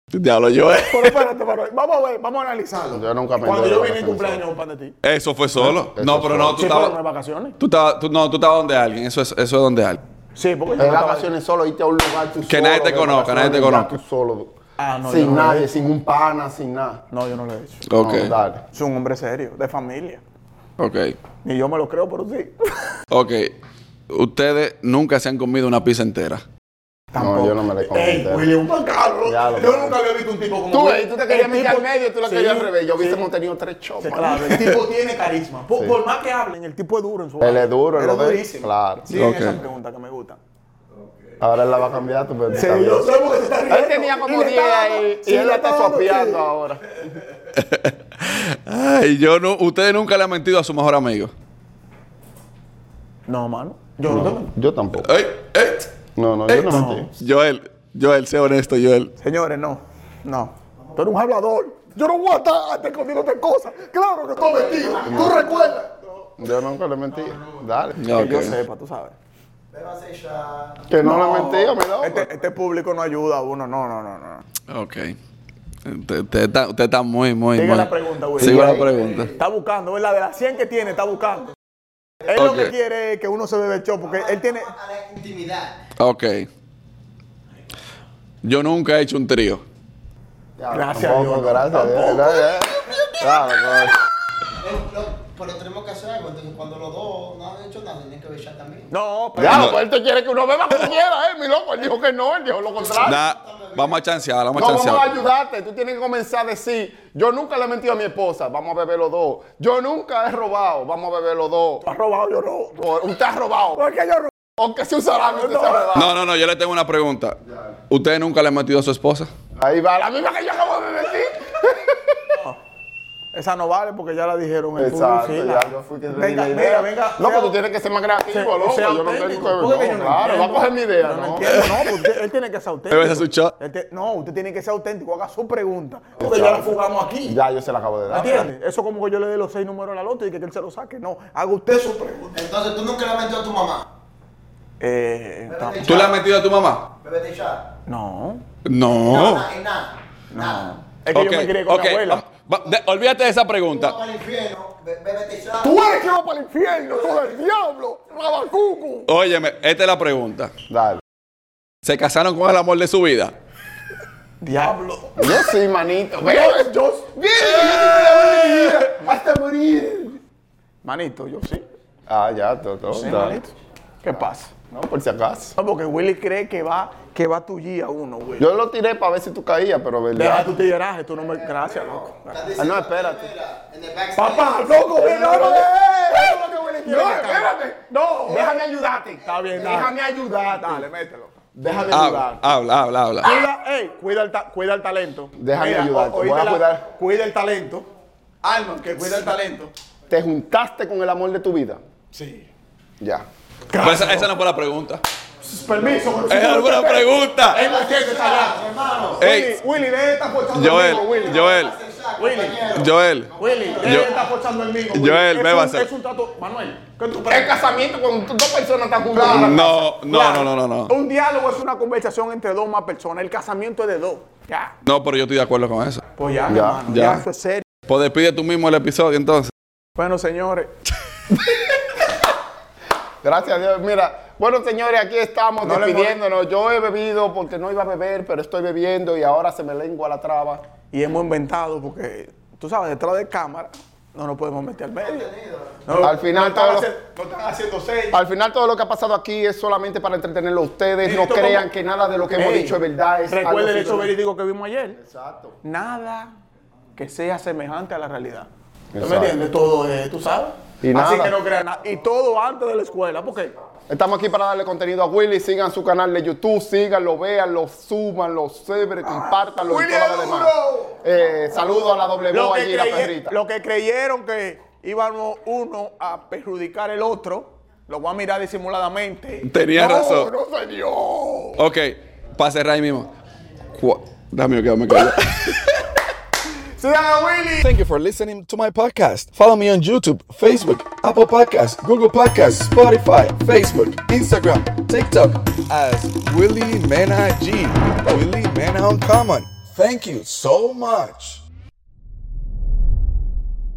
Speaker 2: Diablo, yo. eh.
Speaker 3: Pero espérate, pero vamos a ver, vamos a analizarlo.
Speaker 1: Yo nunca me
Speaker 3: Cuando
Speaker 1: doy
Speaker 3: yo
Speaker 1: la
Speaker 3: vine en
Speaker 1: razón
Speaker 3: cumpleaños, pan de ti.
Speaker 2: Eso fue solo.
Speaker 1: Ah, Eso
Speaker 2: no, pero
Speaker 1: fue-
Speaker 2: no, tú
Speaker 3: Sí, fueron
Speaker 2: estabas.
Speaker 3: mis vacaciones.
Speaker 2: Tú estabas, tú- no, tú estabas donde alguien. Eso es, eso es donde alguien.
Speaker 3: Sí, porque yo
Speaker 1: Es
Speaker 3: estaba-
Speaker 1: vacaciones solo, irte a un lugar tú
Speaker 2: Que
Speaker 1: solo,
Speaker 2: nadie te
Speaker 1: de
Speaker 2: conozca,
Speaker 1: vacaciones,
Speaker 2: nadie te
Speaker 1: ya
Speaker 2: conozca.
Speaker 1: Tú solo.
Speaker 3: Ah, no, yo
Speaker 1: sin
Speaker 3: no lo he
Speaker 1: nadie, sin un pana, sin nada.
Speaker 3: No, yo no lo he hecho.
Speaker 2: Ok.
Speaker 1: No, dale.
Speaker 3: Soy un hombre serio, de familia.
Speaker 2: Ok.
Speaker 3: Ni yo me lo creo, pero sí.
Speaker 2: Ok. Ustedes nunca se han comido una pizza entera.
Speaker 1: No, yo no me le
Speaker 3: Ey,
Speaker 1: comenté.
Speaker 3: Willy, un bacalo.
Speaker 1: Ya lo
Speaker 3: Yo
Speaker 1: sé.
Speaker 3: nunca había visto un tipo como
Speaker 1: Tú,
Speaker 3: Willy.
Speaker 1: ey, tú te querías
Speaker 3: El
Speaker 1: meter al
Speaker 3: tipo-
Speaker 1: medio, tú la
Speaker 3: Sí,
Speaker 1: querías al revés. Yo
Speaker 3: sí.
Speaker 1: hubiésemos tenido tres shows.
Speaker 3: Sí,
Speaker 1: man.
Speaker 3: claro, el tipo tiene carisma. Por,
Speaker 1: Sí.
Speaker 3: por más que hablen, el tipo es duro en su
Speaker 1: Él
Speaker 3: vaina.
Speaker 1: es duro,
Speaker 3: Él
Speaker 1: lo
Speaker 3: es
Speaker 1: de-
Speaker 3: durísimo.
Speaker 1: claro.
Speaker 3: Sí, en
Speaker 2: Ok.
Speaker 3: esa pregunta que me gusta.
Speaker 1: Ahora él la va a cambiar, tú pero
Speaker 3: Sí,
Speaker 1: está bien.
Speaker 3: yo sé porque se está riendo.
Speaker 1: Él tenía
Speaker 3: Y
Speaker 1: como
Speaker 3: le
Speaker 1: 10
Speaker 3: está dando-
Speaker 1: ahí
Speaker 3: sí,
Speaker 1: y él
Speaker 3: le
Speaker 1: la
Speaker 3: está
Speaker 1: está
Speaker 3: dando-
Speaker 1: sopeando
Speaker 3: sí.
Speaker 1: ahora.
Speaker 2: Ay, yo no. Ustedes nunca le han mentido a su mejor amigo.
Speaker 3: No, mano. Yo Eh, no, tengo.
Speaker 1: Yo tampoco.
Speaker 2: Ey, ey.
Speaker 1: No, no,
Speaker 2: Ey,
Speaker 1: yo no mentí.
Speaker 2: Joel, Joel, sé honesto, Joel.
Speaker 3: Señores, no. No. Tú eres un hablador. Yo no voy a estar escondiéndote cosas. Claro que estoy metido. Tú recuerdas.
Speaker 1: Yo nunca le mentí. Dale.
Speaker 3: Que yo sepa, tú sabes.
Speaker 1: Que no, le mentí, me da
Speaker 3: Este, este público no ayuda a uno. No, no, no, no.
Speaker 2: Ah, Ok. Usted usted está, usted está muy, muy,
Speaker 3: Sigue
Speaker 2: muy-
Speaker 3: la pregunta, güey.
Speaker 2: Sigue la pregunta.
Speaker 3: Está buscando, ¿verdad? De las 100 que tiene, está buscando. Él lo
Speaker 2: Ok.
Speaker 3: que quiere es que uno se bebe el show, porque él tiene...
Speaker 5: A la intimidad.
Speaker 2: Ok. Yo nunca he hecho un trío.
Speaker 3: Gracias a Dios, no,
Speaker 1: gracias a Dios. Gracias. Claro, claro.
Speaker 5: Pero, pero- pero tenemos que hacer algo. Entonces, cuando los dos no han hecho nada, tienen que bechar también.
Speaker 3: No, pero...
Speaker 1: Ya, pues él te quiere que uno beba como quiera, eh, mi loco. Él dijo que no, él dijo lo contrario.
Speaker 2: Da- vamos a chancear, Ah. vamos a
Speaker 1: No, vamos a
Speaker 2: chancear.
Speaker 1: ayudarte. Tú tienes que comenzar a decir, yo nunca le he mentido a mi esposa, vamos a beber los dos. Yo nunca he robado, vamos a beber los dos.
Speaker 3: Tú has robado, yo no.
Speaker 1: O- Usted ha robado.
Speaker 3: Porque yo no...
Speaker 1: Aunque sea un salami, usted se ha robado.
Speaker 2: No, no, no, yo le tengo una pregunta. ¿Usted nunca le ha metido a su esposa?
Speaker 1: Ahí va, la misma que yo acabo de decir.
Speaker 3: Esa no vale porque ya la dijeron. el
Speaker 1: Exacto,
Speaker 3: público, sí,
Speaker 1: ya
Speaker 3: la-
Speaker 1: yo fui que te di
Speaker 3: Venga,
Speaker 1: la
Speaker 3: venga,
Speaker 1: idea.
Speaker 3: venga.
Speaker 1: No,
Speaker 3: pero
Speaker 1: pero tú tienes que ser más creativo, loco. Yo no tengo que.
Speaker 3: Porque yo no
Speaker 1: No, claro, va a
Speaker 3: entiendo.
Speaker 1: coger mi idea,
Speaker 3: Yo no,
Speaker 1: ¿no?
Speaker 3: entiendo, no, pues usted- él tiene que ser auténtico.
Speaker 2: besas su shot.
Speaker 3: Él te- no, usted tiene que ser auténtico, haga su pregunta. Porque ya la jugamos aquí.
Speaker 1: Ya, yo se la acabo de
Speaker 3: ¿Me
Speaker 1: dar.
Speaker 3: entiendes? Eso como que yo le dé los seis números a la loto y que él se los saque. No, haga usted su pregunta.
Speaker 5: Entonces, tú nunca le has metido a tu mamá.
Speaker 3: Eh, está-
Speaker 2: ¿Tú le has metido a tu mamá?
Speaker 5: Bebé de chat.
Speaker 3: no.
Speaker 5: No,
Speaker 2: No.
Speaker 5: na- es nada.
Speaker 1: Ah.
Speaker 5: Nada.
Speaker 3: Es que
Speaker 2: Ok,
Speaker 3: yo me crié con
Speaker 2: ok. ah,
Speaker 3: mi abuela.
Speaker 2: Va- de- olvídate de esa
Speaker 5: Tú vas
Speaker 2: pregunta.
Speaker 5: para el infierno, be- bebe de chat.
Speaker 3: Tú eres que va para el infierno, tú del diablo, rabacucu.
Speaker 2: Óyeme, esta es la pregunta.
Speaker 1: Dale.
Speaker 2: ¿Se casaron con el amor de su vida?
Speaker 3: Diablo.
Speaker 1: Yo sí, manito.
Speaker 3: Yo, yo,
Speaker 1: Hasta morir.
Speaker 3: manito, yo sí.
Speaker 1: Ah, ya, todo, todo.
Speaker 3: Sí,
Speaker 1: dale.
Speaker 3: manito. ¿Qué pasa?
Speaker 1: No, por si acaso.
Speaker 3: No, porque Willy cree que va, que va a tullir a uno, Willy.
Speaker 1: Yo lo tiré para ver si tú caías, pero
Speaker 3: Deja
Speaker 1: verdad.
Speaker 3: tu tigueraje, tú no me. Gracias, loco.
Speaker 1: Ah, no, espérate.
Speaker 5: Mira, en el backstage.
Speaker 3: Papá, loco, ven, no, no,
Speaker 1: No, espérate.
Speaker 3: No,
Speaker 1: Déjame ayudarte.
Speaker 3: Está bien, dale.
Speaker 1: Déjame ayudarte.
Speaker 3: Dale, mételo.
Speaker 1: Déjame
Speaker 2: Habla,
Speaker 1: ayudarte.
Speaker 2: habla, habla, habla.
Speaker 3: Cuida, ey, cuida, el ta- cuida el talento.
Speaker 1: Déjame ayudarte,
Speaker 3: o- oíste
Speaker 1: voy a
Speaker 3: la-
Speaker 1: cuidar.
Speaker 3: Cuida el talento. Alma, que cuida el talento.
Speaker 1: ¿Te juntaste con el amor de tu vida?
Speaker 3: Sí.
Speaker 1: Ya.
Speaker 2: Pero Pues esa, esa no fue la pregunta.
Speaker 3: Permiso, con
Speaker 2: Es Eh, alguna pregunta.
Speaker 3: Ey, ¿por qué te está allá?
Speaker 5: Hermano,
Speaker 2: Ey,
Speaker 3: Willy, Willy, de esta forzando
Speaker 2: Joel,
Speaker 3: el mingo, Willy.
Speaker 2: Joel,
Speaker 3: Willy,
Speaker 2: Joel.
Speaker 3: Willy, de
Speaker 2: Yo-
Speaker 3: está forzando el mingo. Willy.
Speaker 2: Joel,
Speaker 3: Es
Speaker 2: bébase.
Speaker 3: un- Es un trato. Manuel, ¿qué tú
Speaker 1: El
Speaker 3: crees?
Speaker 1: casamiento con dos personas está juntadas.
Speaker 2: No, no,
Speaker 3: Claro.
Speaker 2: no, no, no, no.
Speaker 3: Un diálogo es una conversación entre dos más personas. El casamiento es de dos. Ya.
Speaker 2: No, pero yo estoy de acuerdo con eso.
Speaker 3: Pues ya,
Speaker 1: Ya,
Speaker 3: hermano. Ya.
Speaker 2: ya.
Speaker 3: eso es serio.
Speaker 2: Pues despide tú mismo el episodio entonces.
Speaker 3: Bueno, señores.
Speaker 1: Gracias a Dios. Mira, bueno, señores, aquí estamos
Speaker 3: No le
Speaker 1: despidiéndonos. Yo he bebido porque no iba a beber, pero estoy bebiendo y ahora se me lengua la traba.
Speaker 3: Y hemos inventado porque, tú sabes, detrás de cámara no nos podemos meter al medio. No,
Speaker 1: Al final
Speaker 3: no están,
Speaker 1: todo-
Speaker 3: haciendo, no están haciendo seis.
Speaker 1: Al final, todo lo que ha pasado aquí es solamente para entretenerlo a ustedes. No
Speaker 3: Esto
Speaker 1: crean
Speaker 3: como-
Speaker 1: que nada de lo que hemos
Speaker 3: Ey,
Speaker 1: dicho es verdad. Es algo
Speaker 3: Recuerden el hecho
Speaker 1: simplemente-
Speaker 3: verídico que vimos ayer.
Speaker 1: Exacto.
Speaker 3: Nada que sea semejante a la realidad. ¿Tú me
Speaker 1: Exacto.
Speaker 3: entiendes? Todo es, tú sabes.
Speaker 1: Y
Speaker 3: Así
Speaker 1: nada.
Speaker 3: que no crean nada. Y todo antes de la escuela, porque
Speaker 1: Estamos aquí para darle contenido a Willy. Sigan su canal de YouTube, síganlo, véanlo, súbanlo, cebren, compártanlo y
Speaker 3: Ah, Willy
Speaker 1: todo lo
Speaker 3: es
Speaker 1: demás.
Speaker 3: duro.
Speaker 1: Eh, saludo a la
Speaker 3: Lo
Speaker 1: W
Speaker 3: que,
Speaker 1: allí, la
Speaker 3: creye-
Speaker 1: perrita.
Speaker 3: lo que creyeron que íbamos uno a perjudicar el otro, lo voy a mirar disimuladamente.
Speaker 2: Tenía
Speaker 3: No,
Speaker 2: razón.
Speaker 3: No, señor.
Speaker 2: Ok, para cerrar ahí mismo. Cu- Dame que me callo.
Speaker 3: Sigan a Willy.
Speaker 2: Thank you for listening to my podcast. Follow me on YouTube, Facebook, Apple Podcasts, Google Podcasts, Spotify, Facebook, Instagram, TikTok as Willie Mena G. Willie Mena Uncommon. Thank you so much.